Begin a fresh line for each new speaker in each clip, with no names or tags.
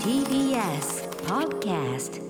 TBS Podcast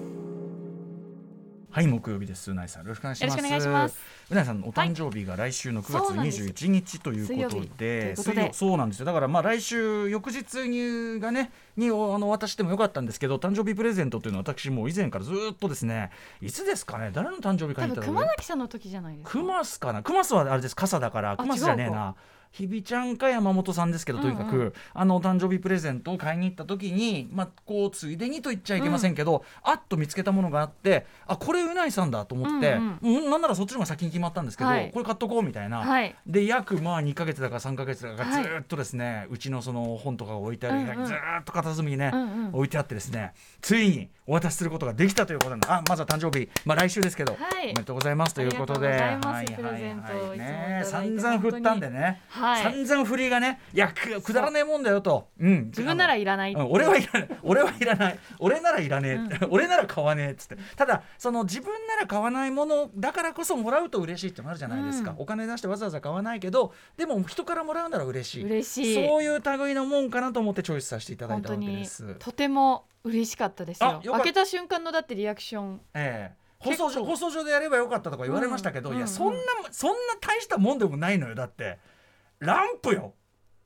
はい木曜日ですうないさんよろしくお願いします
よろしくお願いします
うないさんのお誕生日が来週の9月
そうなんです
21日ということで,、
水曜日ということで
そうなんですよだからまあ来週翌日にがねにおあの渡してもよかったんですけど誕生日プレゼントというのは私もう以前からずっとですねいつですかね誰の誕生日か
多
に
分熊崎さんの時じゃないですか
クマスかなクマスはあれです傘だからクマスじゃねえ
違う
なひびちゃんか山本さんですけどとにかく、
うんう
あのお誕生日プレゼントを買いに行った時に、まあ、こうついでにと言っちゃいけませんけど、あっと見つけたものがあってあこれうないさんだと思って、
うん
うんなんならそっちの方が先に決まったんですけど、
はい
これ買っとこうみたいな。
はい
で約まあ2か月だか3か月だか
はい
ずーっとですね、うちのその本とかが置いてある、
うんうん
ずーっと片隅にね、
うんうん
置いてあってですねついにお渡しすることができたということなんであまずは誕生日、まあ、来週ですけど、
はい
おめでとうございますということで
ありがとうございます
はい
プレゼントを
はいはい
つもいただいて
ね散
本当に
々振ったんでね、
はい
散々振りがねいやくくだらねえもんだよと、うん、
自分ならいらないって
うん、俺はいらない俺はいらない俺ならいらねえ、俺なら買わねえっつってただその自分なら買わないものだからこそもらうと嬉しいってのあるじゃないですか、
うん
お金出してわざわざ買わないけどでも人からもらうなら嬉しい
嬉しい
そういう類のもんかなと思ってチョイスさせていただい
本
た
当
わけで
に
す
とても嬉しかったです
あ
よ
よかっ
開けた瞬間のだってリアクション
ええ放
結
送上
構
放送上でやればよかったとか言われましたけど、
うん
いや
うんうん
そんなそんな大したもんでもないのよだってランプよ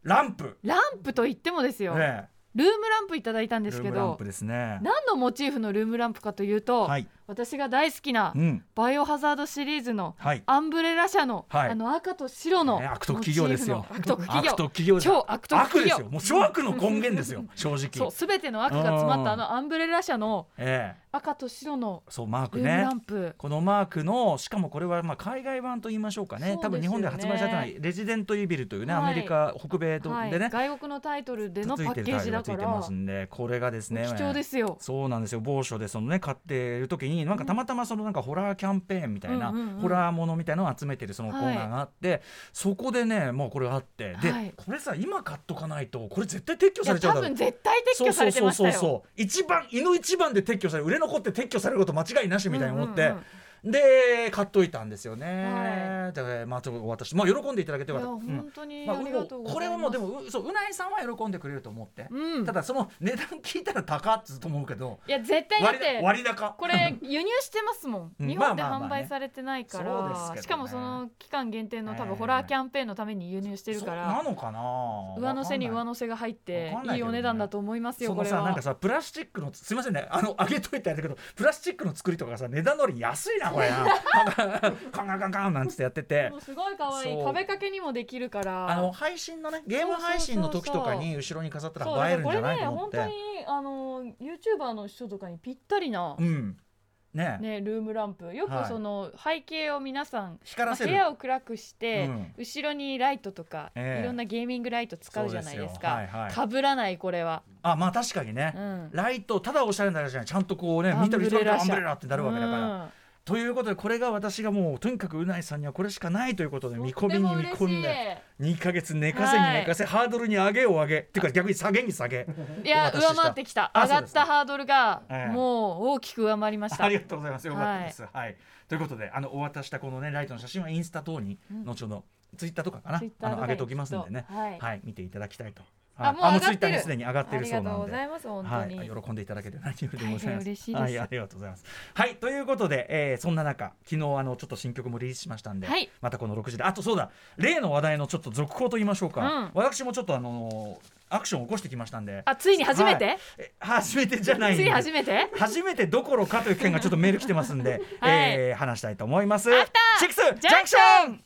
ランプ、
ランプといってもですよ、
え
ルームランプいただいたん
え、
で
ル
す
ー
け
ムラン
ど
プですね。
何のモチーフのルームランプかというと、
はい、
私が大好きな
うん、
バイオハザードシリーズの
はい。
アンブレラ社の、
はい
あの赤と白の、
ね悪徳企業ですよ
モチーフの悪徳企業
悪徳企業
超悪徳
悪で
企業
すよ。もう諸悪の根源ですよ。正
そ
直
う。全ての悪が詰まったあのアンブレラ社の
ええ、
赤と白の
そうマーク
ルーム
ね
ラ。ンプ、
このマークのしかもこれはまあ海外版と言いましょうかね
そうですよね
多分日本で発売されたのはレジデントイービルというね、
はい
アメリカ北米と
はい
でね、
外国のタイトルでの
つ
パ
い
ッ
て
ケ
るタ
ー
イ
ジ
ルが
だ
つい
か
て
ら
ますんでこれがですね
貴重ですよ。
そうなんですよ某所でそのね買っている時になんかたまたまそのなんかホラーキャンペーンみたいな、
うんうんうん
ホラーものみたいなのを集めてるそのコーナーがあって、そこでねもうこれがあってで、
はい
これさ今買っとかないとこれ絶対撤去
い
さ
や
れちゃう
多
だろう
分絶対撤去されてましたよ。
そうそうそうそう一番胃の一番で撤去される売れ残って撤去されること間違いなしみたいに思って、
うんうん
で買っといたんですよね、
は
でまあちょっと私まあ喜んでいただけてよかった
いや本当
う
に
んまあ
ありがとうございます。
これはもうでもうそううないさんは喜んでくれると思って、
うん、
ただその値段聞いたら高っつうと思うけど
いや絶対だっ
割だ
て
割高
これ輸入してますも
うん
ん。日本で
まあまあまあ
販
ね
売されてないから、
そうですけどね
しかもその期間限定の多
ええ
分ホラーキャンペーンのために輸入してるから
そうなのかな
上乗せに上
乗
乗せが入って
わかんない
い
け
い
どね
お値段だと思いますよ
そ
こ
の
れ
さ
は。
なんかさプラスチックのすいませんね あの上げといてあれだけどプラスチックの作りとかがさ値段のり安いなこれ なカンカンカンカンなんつってやってて
でもすごい可愛
そ
いう壁掛けにもできるから。
あの配信のねゲーム配信の時とかに後ろに飾った
そう
ら映えるんじゃ
だ
ない
から
と思っ
これね
て。
本当にあのユーチューバーの人とかにぴったりな
う、ん。ねえ。
ね、ルームランプよ
はい
くその背景を皆さん、
光らせ
部
る。
屋を暗くして、
うん
後ろにライトとか、
ええ
いろんなゲーミングライト使うじゃないですか
そうですよはいはい
かぶらないこれは、
あまあ確かにね
う。ん、
ライトただおしゃれなだけじゃないちゃんとこうね
ア
見
ン
た
ブ
見
レ
た見た
ラ
ア
社
ンブレラってなるわけだから。
うん
ということでこれが私がもうとにかくうないさんにはこれしかないということで見込みに見
とっても
込んで
嬉
2ヶ月寝かせに寝かせ、ハードルに上げを上げっていうか逆に下げに下 げ
しいいや
お渡しした
上回ってきた
あ
上が
そうで
っ
すね
たハードルが
ええ
もう大きく上回りました、
ありがとうございますよかったです、はいということであのお渡ししたこのねライトの写真はインスタ等に
うん
後ほどツイッターとかかな、
Twitter
あ
と
の
か
上げ
に
ておきますんでね
きっとはい
はい、見ていただきたいと。はい
あもう上がってる
ツイッターにすでに上がってい
あ
る
り
そ
が
うな
とうご
ん
ざ
で。
います本当に、
はい、喜んでいただけて大丈夫でございます。
大変嬉しいです
はい、ありがとうございます。はい、ということで、えーそんな中、昨日あのちょっと新曲もリリースしましたんで、
はい
またこの6時で、あとそうだ、例の話題のちょっと続報と言いましょうか。
うん
私もちょっとあのーアクションを起こしてきましたんで、
あついに初めて、
はえ初めてじゃないん
つい
で
に
す
初。めて
初めてどころかという件がちょっとメール来てますんで、
はい
えー話したいと思います。
アフター
シックスジ
ジ
ャ
ャ
ンク
ンク
シ
シ
ョ
ョ
ン
ン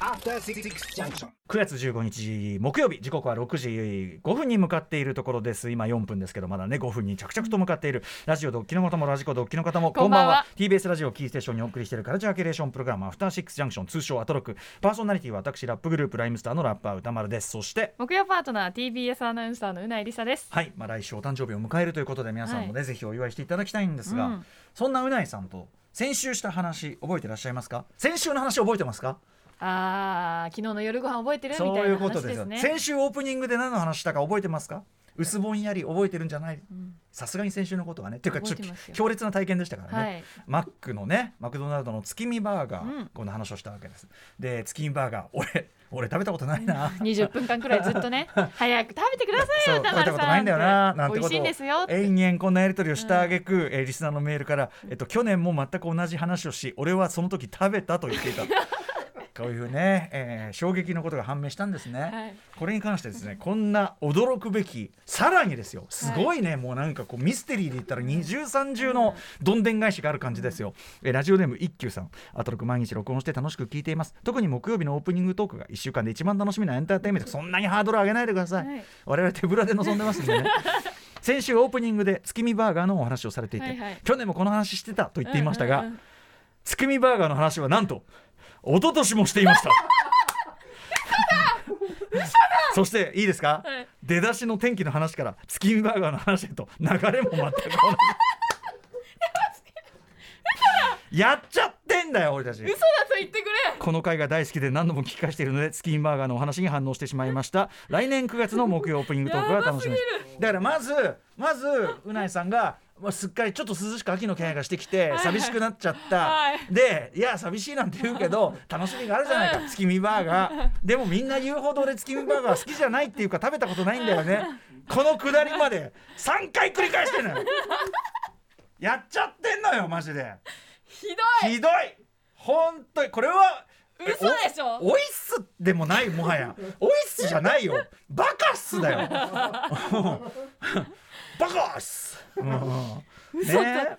After City Junction.
9月15日木曜日時刻は6時5分に向かっているところです今4分ですけどまだね5分に着々と向かっているラジオドッキの方もラジコドッキの方も
こんばんは
TBS ラジオキーステーションにお送りしているカルチャーキュレーションプログラムアフターシックスジャンクション通称アトロクパーソナリティは私ラップグループライムスターのラッパー歌丸ですそして
木曜パートナー TBS アナウンサーのうないりさです
はい、まあ、来週お誕生日を迎えるということで皆さんもね、ぜひお祝いしていただきたいんですが、
うん
そんなうないさんと先週した話覚えてらっしゃいますか先週の話覚えてますか
あー昨日の夜ご飯覚えてるみた
そう
い
いう
な
こと
話
で
ですす
よ
ね
先週オープニングで何の話したか覚えてますか薄ぼんやり覚えてるんじゃない
うん
さすがに先週のことはねっていうかちょっ
覚えてます
と
よ
強烈な体験でしたからね、
はい
マックのねマクドナルドの月見バーガー、
うん
こんな話をしたわけですで月見バーガー俺俺食べたことないな、
20分間くらいずっと ね早く食べてください
そう
よ田
食べた
丸
こと
さ
ない
ん
んだよななんて
美
こと
味しいんですよって
延々こんなやり取りをしたあげく、えーリスナーのメールから、えっと、去年も全く同じ話をし俺はその時食べたと言ってい たこういうね、えー衝撃のことが判明したんですね、
はい
これに関してですねこんな驚くべきさらにですよすごいね、もうなんかこうミステリーで言ったら二重三重のどんでん返しがある感じですよ、えーラジオネーム一休さんアトロク毎日録音して楽しく聞いています特に木曜日のオープニングトークが1週間で一番楽しみなエンターテインメントそんなにハードル上げないでください、
はい
我々手ぶらで臨んでますんで ね先週オープニングで月見バーガーのお話をされていて、
はいはい
去年もこの話してたと言っていましたが、
うんうんうん
月見バーガーの話はなんと一昨年もしていましたそしていいですか、
はい
出だしの天気の話から月見バーガーの話へと流れも全く同じやっちゃってんだよ俺たち
嘘だと言ってくれ
この回が大好きで何度も聞き返しているので月見バーガーのお話に反応してしまいました来年9月の木曜オープニングトークが楽しみです だからまずまずうないさんがまあすっかりちょっと涼しく秋の気配がしてきて
はい
寂しくなっちゃった、
はい
でいや寂しいなんて言うけど楽しみがあるじゃないか月見バーガーでもみんな言うほど俺月見バーガー好きじゃないっていうか食べたことないんだよねこのくだりまで3回繰り返してるのよやっちゃってんのよマジで
ひどい
ひどい本当にこれはえ
嘘でしょ
おオイスでもないもは やオイスじゃないよバカっすだよバカっす、うん、
嘘だ
ね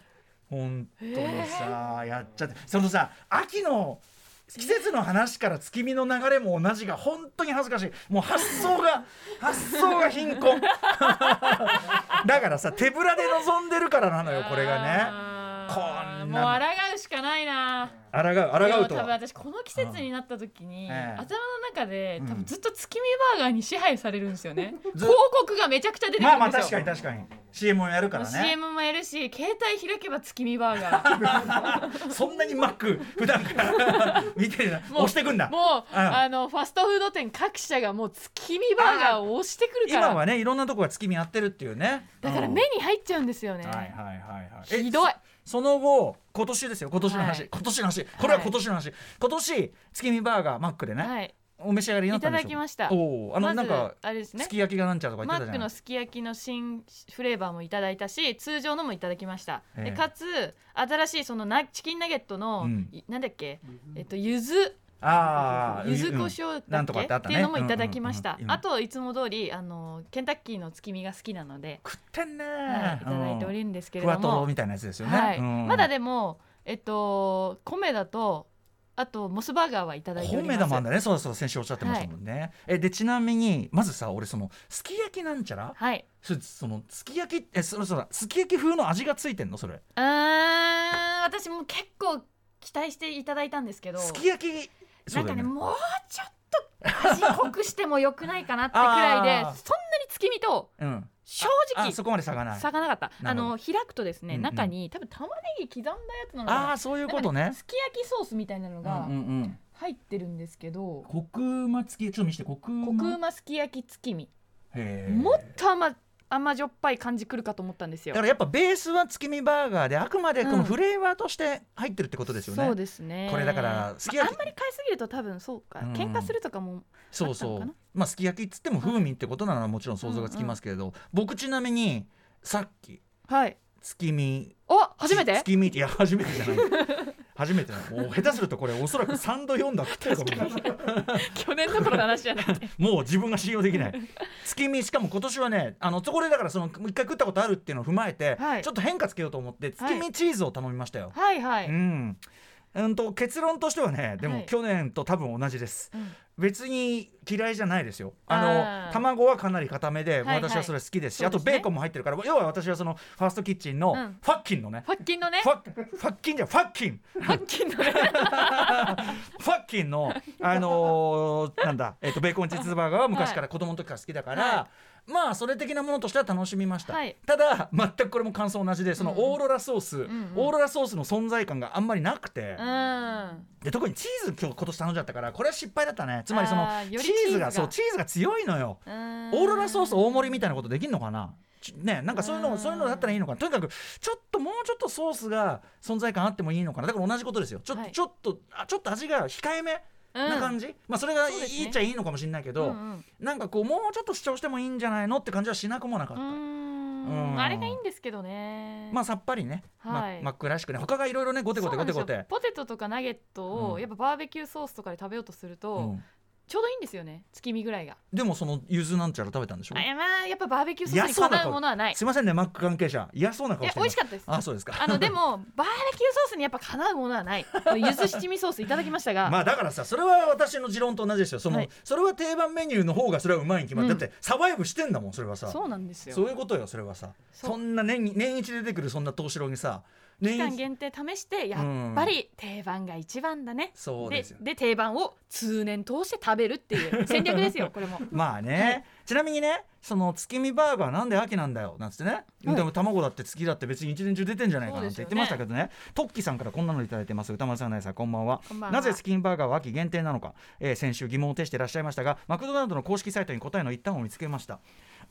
本当にさ、やっちゃってそのさ秋の季節の話から月見の流れも同じが本当に恥ずかしいもう発想 が発想が貧困だからさ手ぶらで望んでるからなのよこれがね
あー
こん
も
な
う
の
抗うしかないな
あらがうあら
で
が
も
うと
多分
は
私この季節になった時に、
うんええ
頭の中で
うん
多分ずっと月見バーガーに支配されるんですよね、
ず
広告がめちゃくちゃ出てくるんです
まあ
よ、
まあ確かに確かに CM をやるからね
CM もやるし携帯開けば月見バーガー
そんなにマッ ク普段から見てるな
もう
押してくんだ
もう、
うん
あのファストフード店各社がもう月見バーガーを押してくるから
今はねいろんなとこが月見やってるっていうね
だから
うん
目に入っちゃうんですよね、
はいはいはいはいえ
ひどい
その後今年ですよ今年の話、
はい
今年の話これは今年の話、今年月見バーガーマックでね、
はい
お召し上がりになったんですよ
いただきました
おおあの、
まず
なんか
あれですね
すき焼きがなんちゃらとか
マ
言ってたじ
ック
ゃない
のすき焼きの新フレーバーもいただいたし通常のもいただきました、
ええ
でかつ新しいそのなチキンナゲットの、
うん
いなんだっけ、えっと、ゆず
ああ
ゆず
うん
こしょう
な
だ
ん
っ
とか
け
ってあったね
いうのもいただきました、
うんうんうんうん
あといつも通りあのケンタッキーの月見が好きなので、
食ってんね、
はい、いただいてお
う
り
ん
るんですけれ
ふ
ど
わと
も、
ろみたいなやつですよね、
はい
うん
まだでもえっと米だとあとモスバーガーはいただいてお
本
り
命
ます
だもんだねそうそう先週おっしゃってましたもんね、えでちなみにまずさ俺そのすき焼きなんちゃら
はい
そそのすき焼きえそろそろすき焼き風の味がついてんのそれ
うーん私も結構期待していただいたんですけど
すき焼き
な
そうんだ
か
よね
ねもうちょっと味濃くしてもよくないかなってくらいでそん
あ
な
ー
に月見と
うん
正
あ
直
そこまで差がない
差がなかった
な
あ
るほど
の開くとですね、
うんうん
中に多分玉ねぎ刻んだやつなのかな
ああそういうこと
な
ね
んかすき焼きソースみたいなの
うん
が
うんうん
入ってるんですけど、
コクうまつきちょっと見せてコクうま
コクうますき焼き月見
へー
もっと甘甘じょっぱい感じくるかと思ったんですよ
だからやっぱベースは月見バーガーであくまでこ
う
の
ん
フレーバーとして入ってるってことですよね、
そうですね
これだからすき焼き
まあ、あんまり買いすぎると多分そうか、
うん
喧嘩するとかも
そう
あ
そ
ったの
う
か
まあすき焼きっつっても風味ってことなのはもちろん想像がつきますけれど、僕ちなみにさっき
はい
月見
お初めて
月見いや初めてじゃない 初めてなのもう下手するとこれおそらく3度4度食ってるかもしれ ない
去年の頃の話じ ゃなくて
もう自分が信用できない月見しかも今年はねあのそこでだからその一回食ったことあるっていうのを踏まえて、
はい
ちょっと変化つけようと思って月見チーズを頼みましたよ、
はいはい、
うんうんと結論としてはねで
は
も
い
去年と多分同じです、
うん
別に嫌いじゃないですよあの
あー
卵はかなり固めで、
はいはい
私はそれ好きですし
そう
あ
で
と
すね
ベーコンも入ってるから要は私はそのファーストキッチンの
う
フ
ん
ァッキンのね、
ファッキンのね
ファッファッキンじゃファッキン
ファッキンの ね
ファッキン の、あのーなんだ、えっとベーコンチーズバーガーは昔から子供の時から好きだから、まあそれ的なものとしては楽しみました、
はい
ただ全くこれも感想同じでその
うんうん
オーロラソース、
ん
オーロラソースの存在感があんまりなくて、
うん
で特にチーズ今日今年頼んじゃったからこれは失敗だったねつまりその
あー
チ
より
ーズが
チーズ
そ
が
うチーズが強いのよ
うん
オーロラソース大盛りみたいなことできんのかなちね、なんかそういうの
うん
そういうのだったらいいのかなとにかくちょっともうちょっとソースが存在感あってもいいのかなだから同じことですよちょ,、
はい
ちょっとあちょっと味が控えめ
うん
な感じ、まあそれがい
そうですね
いっちゃいいのかもしれないけど、
うんうん
なんかこうもうちょっと主張してもいいんじゃないのって感じはしなくもなかっ
う
た、
ん
うん
あれがいいんですけどね
まあさっぱりね、
はい
まマックらしくね他がいろいろねゴテゴテゴテ
そ
ゴ
うなんですよ
テ
ポテトとかナゲットを、
うん
やっぱバーベキューソースとかで食べようとすると、
うん
ちょうどいいんですよね月見ぐらいが
でもそのゆずなんちゃら食べたんでしょ
あいやまあやっぱバーベキューソースにかなうものはない
すいませんねマック関係者嫌そうな顔
いや
して
美味しかったです
あそうですか
あのでもバーベキューソースにやっぱかなうものはないゆず七味ソースいただきました が、
まあだからさそれは私の持論と同じですよその、
はい
それは定番メニューの方がそれはうまいに決まって、
うん
だってサバイブしてんだもんそれはさ
そうなんですよ
そういうことよそれはさそ
そうん
な年に年一で出てくるそんな東四郎にさ年
期間
一
限定試してやっぱり定番が一番だね、
そう
で
ですよ
で定番を通年通して食べるっ ていう戦略ですよこれも
まあね、
はい
ちなみにねその月見バーガーなんで秋なんだよなんつってね、
はい
でも卵だって月だって別に一年中出てんじゃないかなって言ってましたけどねトッキーさんからこんなのいただいてます歌丸さんなえさんこんばんは
こんばんは
なぜ月見バーガーは秋限定なのか、えー先週疑問を呈していらっしゃいましたがマクドナルドの公式サイトに答えの一端を見つけました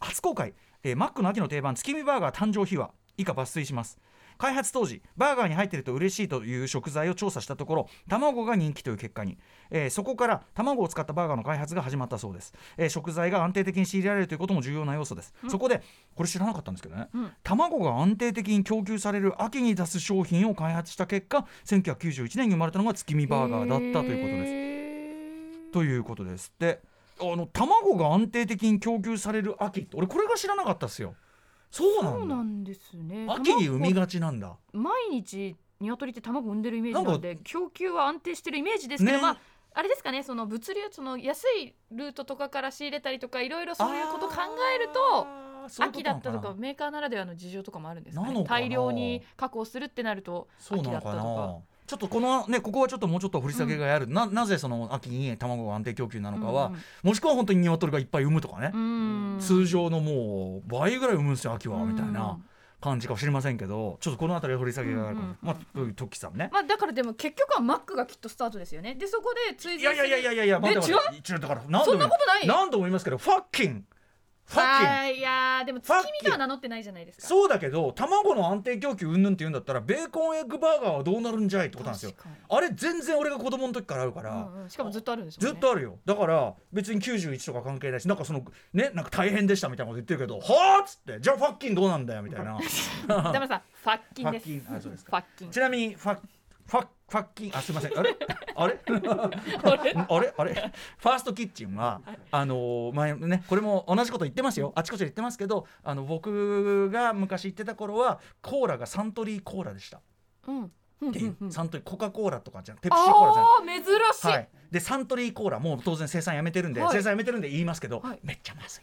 初公開、えーマックの秋の定番月見バーガー誕生秘話以下抜粋します開発当時バーガーに入っていると嬉しいという食材を調査したところ卵が人気という結果に、えーそこから卵を使ったバーガーの開発が始まったそうです、えー食材が安定的に仕入れられるということも重要な要素ですそこでこれ知らなかったんですけどね、
うん
卵が安定的に供給される秋に出す商品を開発した結果1991年に生まれたのが月見バーガーだったということです、
です
ということですであの卵が安定的に供給される秋って俺これが知らなかったっすよそうなんだ
そうなんですね
秋に産みがちなんだ
毎日鶏って卵産んでるイメージなんで供給は安定してるイメージですけど、
ね
まああれですかねその物流その安いルートとかから仕入れたりとかいろいろそういうこと考えると
あーそういうこ
秋だ
なの
っ
か
た
な
とかメーカーならではの事情とかもあるんですか
なの
ね
かな
大量に加工するってなると
そう
秋
なの
だったと
か
か
なちょっとこのねここはちょっともうちょっと掘り下げがある、ななぜその秋に卵が安定供給なのかは、
うんうん
もしくは本当に鶏がいっぱい産むとかね、
うん
通常のもう倍ぐらい産むんですよ秋はみたい
うん
な感じかもしれませんけどちょっとこの辺りは掘り下げがあるかも、
うんうん
まあという時さんね、
まあだからでも結局はマックがきっとスタートですよねでそこで追
いや
随
い
す
や
る
いやいやいやいや待って待って違うだから何度
そ
も
んなことない
何度も言いますけどファッキンファッキン
あーいやーでも月見とは名乗ってないじゃないですか
そうだけど卵の安定供給うんぬんって言うんだったらベーコンエッグバーガーはどうなるんじゃいってことなんですよ
確かに
あれ全然俺が子供の時からあるから、
うんうんしかもずっとあるんです
ず
よ、
っ
ね、
とあるよだから別に91とか関係ないしなんかそのねなんか大変でしたみたいなこと言ってるけどはあっつってじゃあファッキンどうなんだよみたいなフ
ダメ
ァ
さん、ファッキンで
ッ
す。
キンあそうです
ファ
か
ッキン。
ちなみにファッファッファッキンあすいませんあれあれあれあれファーストキッチンはあのー前ねこれも同じこと言ってますよあちこちで言ってますけどあの僕が昔行ってた頃はコーラがサントリーコーラでしたっ
うん。
ていう、サントリーコカ・コーラとかじゃんペプシコーラじゃん
ああ、珍しい。
はい、でサントリーコーラもう当然生産やめてるんで、
はい
生産やめてるんで言いますけど、
はい
めっちゃまずい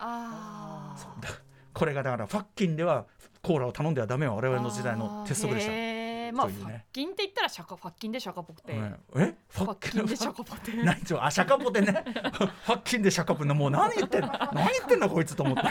ああ。
だこれがだからファッキンではコーラを頼んではダメは我々の時代の鉄則でした、
たまあ、
という
フ
ね
ァッキンって言ったら、シャカ、ファッキンでシャカポクテ。
う
フ
んえフ
ァ
ァ
ッキンでシャ
ッ
カポテ。
何ちょあシャカポテね ファッキンでシャカポテもう何言ってんの何言ってんだこいつと思って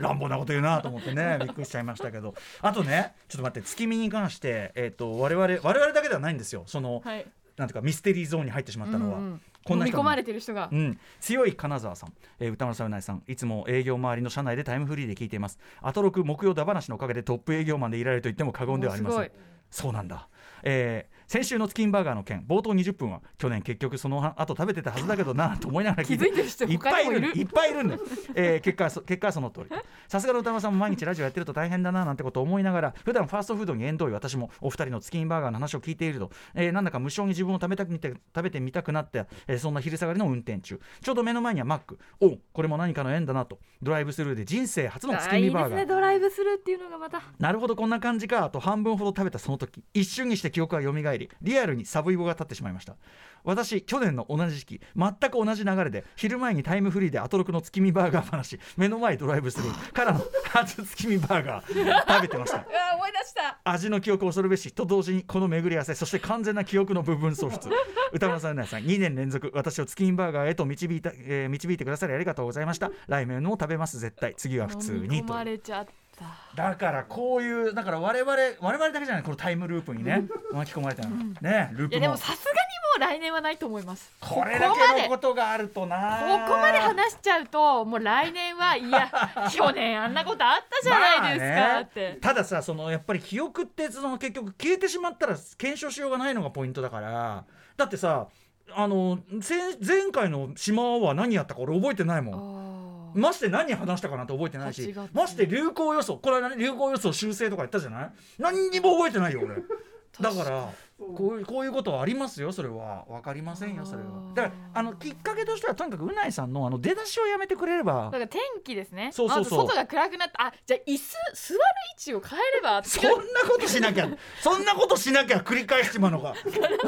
乱暴なこと言うなと思ってねびっくりしちゃいましたけどあとねちょっと待って月見に関して、えー、と我々我々だけではないんですよその、
はい。
なんていうかミステリーゾーンに入ってしまったのは、
うんうん
こんな
飲み
人
込
も
まれてる人が
う。ん、強い金沢さん、えー歌丸さん、うないさん、いつも営業周りの社内でタイムフリーで聞いています。アトロク木曜だ話のおかげでトップ営業マンでいられると言っても過言ではありませ
お
ん
す。
そうなんだ、えー先週のチキンバーガーの件冒頭20分は去年結局その後食べてたはずだけどなと思いながら聞いて
気づいてる人
いっぱいいる
他にもいる
いっぱいいるんだよ、えー結果はそ結果はその通りさすがの歌丸さんも毎日ラジオやってると大変だななんてことを思いながら普段ファーストフードに縁遠い私もお二人のチキンバーガーの話を聞いていると、えーなんだか無性に自分を食べたくて食べてみたくなって、えーそんな昼下がりの運転中ちょうど目の前にはマックおうこれも何かの縁だなとドライブスルーで人生初のチ
ああ、
キ
い
ン
い
バー
です
ガー
ね。ドライブするっていうのがまた。
なるほどこんな感じかと半分ほど食べたその時一瞬にして記憶が蘇りりリアルにサブイボが立ってしまいました私去年の同じ時期全く同じ流れで昼前にタイムフリーでアトロクの月見バーガー話目の前ドライブスルーからの初月見バーガー食べてました
うわ思い出した
味の記憶恐るべしと同時にこの巡り合わせそして完全な記憶の部分喪失歌丸さんうなやさん2年連続私を月見バーガーへと導いた、えー導いてくださりありがとうございました来年も食べます絶対次は普通に
飲み込
と
まれちゃった
だからこういうだから我々我々だけじゃないこのタイムループにね巻き込まれたのねルー
い
プ
やで
も
もさすがにもう来年はないと思います
これ
こ
だ
こま
け
で
のことがあるとな
ここまで話しちゃうともう来年はい や去年あんなことあったじゃないです
ま
か
あね
って、
たださそのやっぱり記憶ってその結局消えてしまったら検証しようがないのがポイントだからだってさあのせ前回の島は何やったか俺覚えてないもん
あー
まして何話したかなんて覚えてない
あ違
し
った
まして流行予想これはね流行予想修正とか言ったじゃない何にも覚えてないよ俺だからこういうこういうことはありますよそれは分かりませんよそれは
あー
だからあのきっかけとしてはとにかくうないさんのあの出だしをやめてくれれば
だから天気ですね
そうそうそう
まず外が暗くなったあじゃあ椅子座る位置を変えればあっち
そんなことしなきゃそんなことしなきゃ繰り返しちまう のか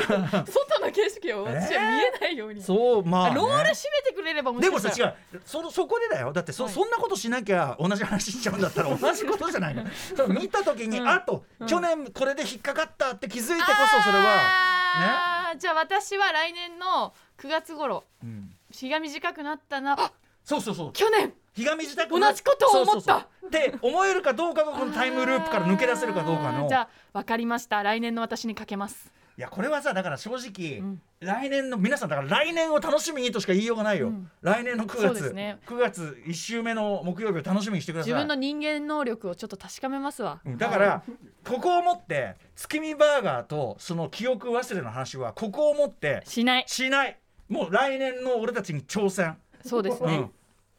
外の景色を私は見えないように、
そうまあ、
あ
ね、
ロール閉めてくれればもし
で
か
も
した
さ
ら
違うそのそこでだよだってそ,、
はい
そんなことしなきゃ同じ話しちゃうんだったら同じことじゃない のその見た時に、
うん
あと、
うん
去年これで引っかかったって気づいてこそそれは、
あーじゃあ私は来年の9月頃
うん
日が短くなったなあ
そうそうそう
去年
日が短く
同じことを思った
そうそうそうって思えるかどうかがこのタイムループから抜け出せるかどうか
あー
の
じゃあ分かりました来年の私にかけます
いやこれはさだから正直、
うん
来年の皆さんだから来年を楽しみにとしか言いようがないよ、
うん
来年の9
そうで
月、
すね
9月1週目の木曜日を楽しみにしてください
自分の人間能力をちょっと確かめますわ、
うんだからここをもって月見バーガーとその記憶忘れの話はここをもって
しない
しないもう来年の俺たちに挑戦、
そうです
う
ね
ん、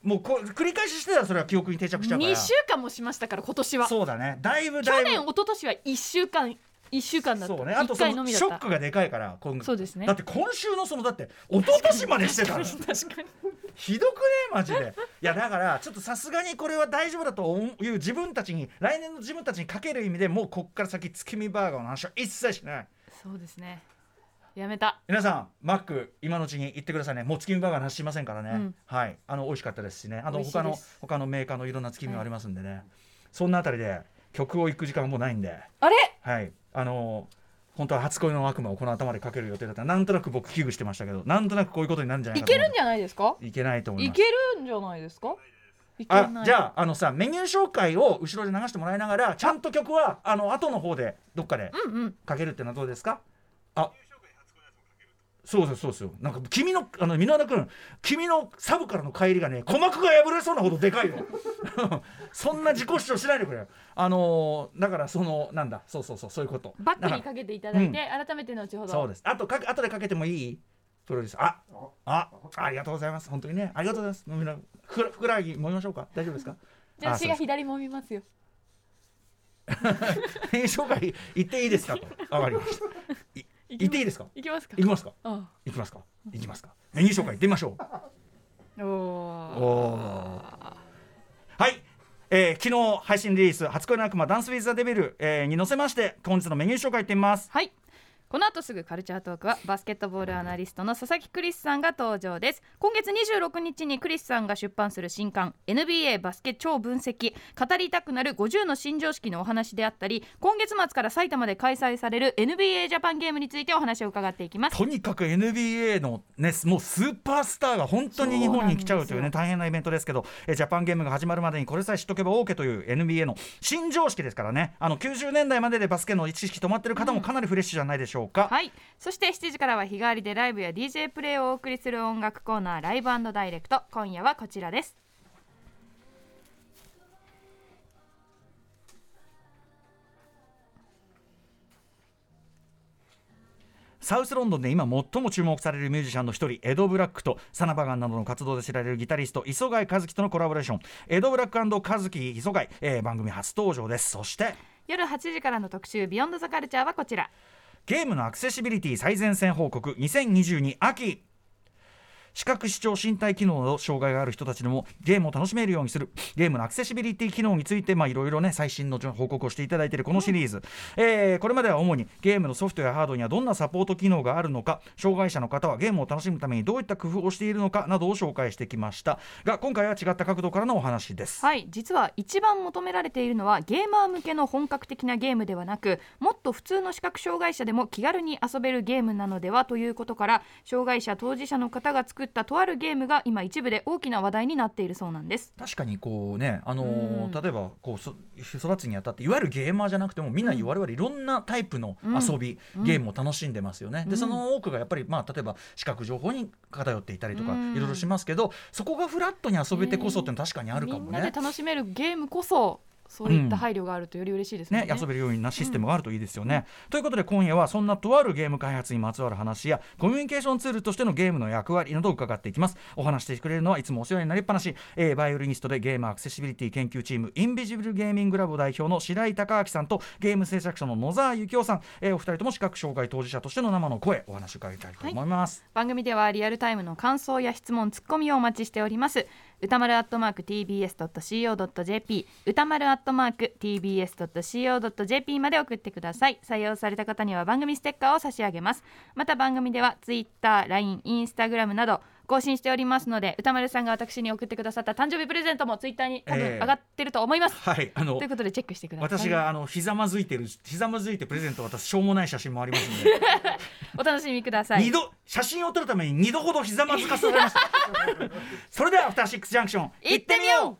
もうこう繰り返ししてたらそれは記憶に定着しちゃうから
2週間もしましたから今年は去
そうだねだいぶだいぶ
年一昨年は1週間1週間だった
そうねあと
1
そ
回の
の
みだっ
シ
た
ョックがでかいから今
そうですね
だって今週のそのだって一昨年までして たの
確かに
ひどくねマジでいやだからちょっとさすがにこれは大丈夫だという自分たちに来年の自分たちにかける意味でもうこっから先月見バーガーの話は一切しない
そうですねやめた
皆さんマック今のうちに行ってくださいねもう月見バーガーの話しませんからね、
うん
はいあの美味しかったですしねあ
美
の
味しい
他の
です
他のメーカーのいろんな月見もありますんでね、そんなあたりで曲を行く時間はもうないんで
あれ
はいあの本当は初恋の悪魔をこの頭でかける予定だったなんとなく僕危惧してましたけどなんとなくこういうことになるんじゃない
い
かと
け
思
る
っ
ん
て
じゃないですか
いけないと思い
い
ます
けるんじゃないですかいけ
あ
ない
じゃああのさメニュー紹介を後ろで流してもらいながらちゃんと曲はあの後の方でどっかで
うんうん
かけるってのはどうですかあそうですそうですよなんか君のあの箕輪君君のサブからの帰りがね鼓膜が破れそうなほどでかいよ そんな自己主張しないでくれよあのーだからそのなんだそうそうそうそういうこと
バック
だ
に
か
かけていただいて、改めて後ほ
ら
ど
そうですあとか後でかけてもいいプロデュースああありがとうございます本当にねありがとうございます飲みなふくらふくらはぎもみましょうか大丈夫ですか
じゃあ
あそう
私
で
が
す
左も見ますよ
メニュー紹介行っていいですかとわかりましたい
行
行っていいですか
いきますか
行きますか
あ
行きますか行きますかメニュー紹介行ってみましょう
あおー
おはい、えー、昨日配信リリース「初恋の悪魔ダンス・ウィズ・ザ・デビル」えーに載せまして本日のメニュー紹介いってみます
はいこの後すぐカルチャートークはバスケットボールアナリストの佐々木クリスさんが登場です今月26日にクリスさんが出版する新刊 NBA バスケ超分析語りたくなる50の新常識のお話であったり今月末から埼玉で開催される NBA ジャパンゲームについてお話を伺っていきます
とにかく NBA の、ね、もうスーパースターが本当に日本に来ちゃうという
そうな
ね
ん
大変なイベントですけどえージャパンゲームが始まるまでにこれさえ知っとけば OK という NBA の新常識ですからねあの90年代まででバスケの知識止まってる方もかなりフレッシュじゃないでしょうか、
はいそして7時からは日替わりでライブや DJ プレイをお送りする音楽コーナーライブダイレクト今夜はこちらです
サウスロンドンで今最も注目されるミュージシャンの一人エド・ブラックとサナバガンなどの活動で知られるギタリスト磯貝和樹とのコラボレーションエド・ブラック和樹磯貝、えー番組初登場ですそして
夜8時からの特集ビヨンドザカルチャーはこちら
ゲームのアクセシビリティ最前線報告2022秋視覚視聴身体機能など障害がある人たちでもゲームを楽しめるようにするゲームのアクセシビリティ機能についてまあいろいろね最新の報告をしていただいているこのシリーズ、えーこれまでは主にゲームのソフトやハードにはどんなサポート機能があるのか障害者の方はゲームを楽しむためにどういった工夫をしているのかなどを紹介してきましたが今回は違った角度からのお話です。
はい実は一番求められているのはゲーマー向けの本格的なゲームではなくもっと普通の視覚障害者でも気軽に遊べるゲームなのではということから障害者当事者の方が作ったとあるゲームが今一部で大きな話題になっているそうなんです。
確かにこうね、あのー
うん
例えばこうそ育つにあたっていわゆるゲーマーじゃなくてもみんな我々いろんなタイプの遊び、
うん
ゲームを楽しんでますよね、
う
で
ん
その多くがやっぱり、まあ、例えば視覚情報に偏っていたりとか
うん
いろいろしますけどそこがフラットに遊べてこそっていうのは確かにあるかも
みんなで
ね。
楽しめるゲームこそそういった配慮があるとより嬉しいですもん
ね
ね。、
遊べるようなシステムがあるといいですよね。ということで今夜はそんなとあるゲーム開発にまつわる話やコミュニケーションツールとしてのゲームの役割などを伺っていきます。お話ししてくれるのはいつもお世話になりっぱなし、えーバイオリニストでゲームアクセシビリティ研究チームインビジブルゲーミングラボ代表の白井孝明さんとゲーム制作者の野沢幸雄さん、えーお二人とも視覚障害当事者としての生の声お話を伺いたいと思います。
番組ではリアルタイムの感想や質問ツッコミをお待ちしております歌丸アットマーク tbs.co.jp 歌丸アットマーク tbs.co.jp まで送ってください採用された方には番組ステッカーを差し上げますまた番組ではツイッター、LINE、インスタグラムなど更新しておりますので歌丸さんが私に送ってくださった誕生日プレゼントもツイッターに多分
ええ
上がってると思います、
はい、あの
ということでチェックしてください
私があのひざまずいてるひざまずいてプレゼント渡すしょうもない写真もありますので。
お楽しみください
二度写真を撮るために二度ほどひざまずかされま したそれではアフターシックスジャンクション
行ってみよう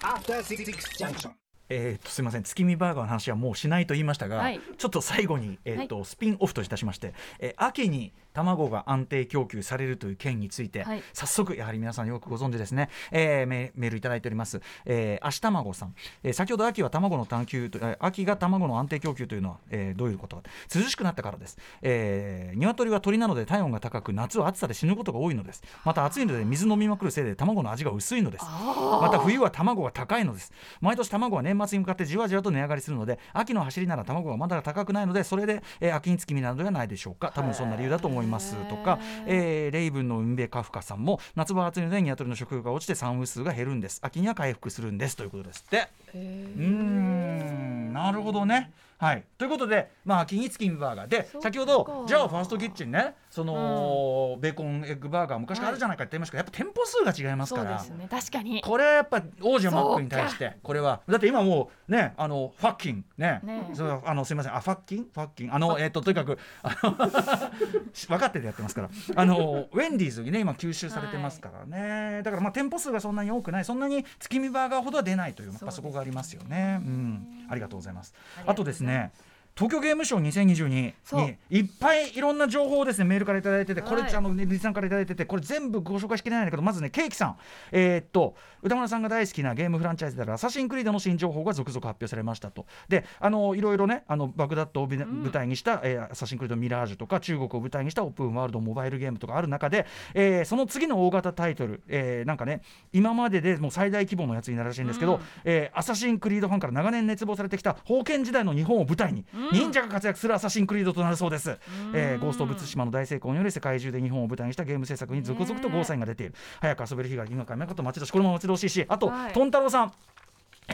After Six Junction.
えーっとすみません月見バーガーの話はもうしないと言いましたが、
はい
ちょっと最後に、えーっとスピンオフといたしまして、えー秋に卵が安定供給されるという件について、
はい
早速やはり皆さんよくご存知ですね、えーメメールいただいております、えー、足卵さん、えー先ほど秋は卵の探求と、えー秋が卵の安定供給というのは、えーどういうことか涼しくなったからです、えー、鶏は鳥なので体温が高く夏は暑さで死ぬことが多いのですまた暑いので水飲みまくるせいで卵の味が薄いのですまた冬は卵が高いのです毎年卵は年末に向かってじわじわと値上がりするので秋の走りなら卵がまだ高くないのでそれで、えー秋に月見などではないでしょうか多分そんな理由だと思いますとか、えーレイブンの海辺カフカさんも夏場は暑いのでニワトリの食欲が落ちて産羽数が減るんです秋には回復するんですということですってうーんなるほどねはいということで、まあ、秋に月見バーガーで
そっか
先ほどじゃあファーストキッチンねその、ベーコンエッグバーガー昔からあるじゃないかって言いましたけど、やっぱ店舗数が違います
そ
か
うで
ら。
すね確かに
これはやっぱ王者マックに対してこれはだって今もうねあのファッキンね
ねえ
そうあのすいませんあファッキンファッキンあのえっ、ととにかくあの 分かっててやってますからあのウェンディーズにね今吸収されてますからね、だからまあ店舗数がそんなに多くないそんなに月見バーガーほどは出ないというやっぱそこがありますよねうんありがとうございます
りが
あと
とうご
で
ざ
す
います
ね東京ゲームショウ2022に
そう
いっぱいいろんな情報をですねメールからいただいててこれ、
はい
あのリスさんからいただいててこれ全部ご紹介しきれないんだけどまずねケーキさんえーっと歌丸さんが大好きなゲームフランチャイズであるアサシンクリードの新情報が続々発表されましたとであのいろいろねあのバグダッドをび舞台にした、えーアサシンクリードミラージュとか中国を舞台にしたオープンワールドモバイルゲームとかある中で、えーその次の大型タイトル、えーなんかね今まででもう最大規模のやつになるらしいんですけど、
うん
えーアサシンクリードファンから長年熱望されてきた封建時代の日本を舞台に忍者が活躍するアサシンクリードとなるそうです、えーゴースト・オブ・ツシマの大成功により世界中で日本を舞台にしたゲーム制作に続々とゴーサインが出ている、早く遊べる日が今からなかと待ち遠しいこれも待ち遠しいしあと、
はい
トンタロウさん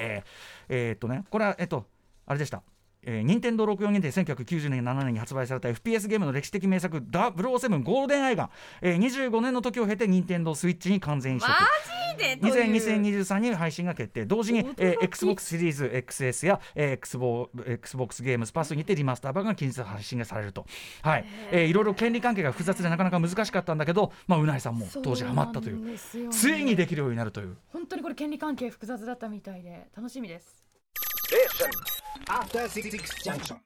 えーえーっとねこれはえっとあれでしたえー、任天堂64にて1990年7年に発売された FPS ゲームの歴史的名作「007ゴールデンアイガン」えー、25年の時を経て任天堂スイッチに完全移植
で
2023に配信が決定同時に、えー XBOX シリーズ XS や、えー XBO XBOX ゲームスパスにてリマスター版が近日配信がされると、はいえーいろいろ権利関係が複雑でなかなか難しかったんだけど、まあ、うないさんも当時ハマったというついにできるようになるという
本当にこれ権利関係複雑だったみたいで楽しみです
After Six Junction.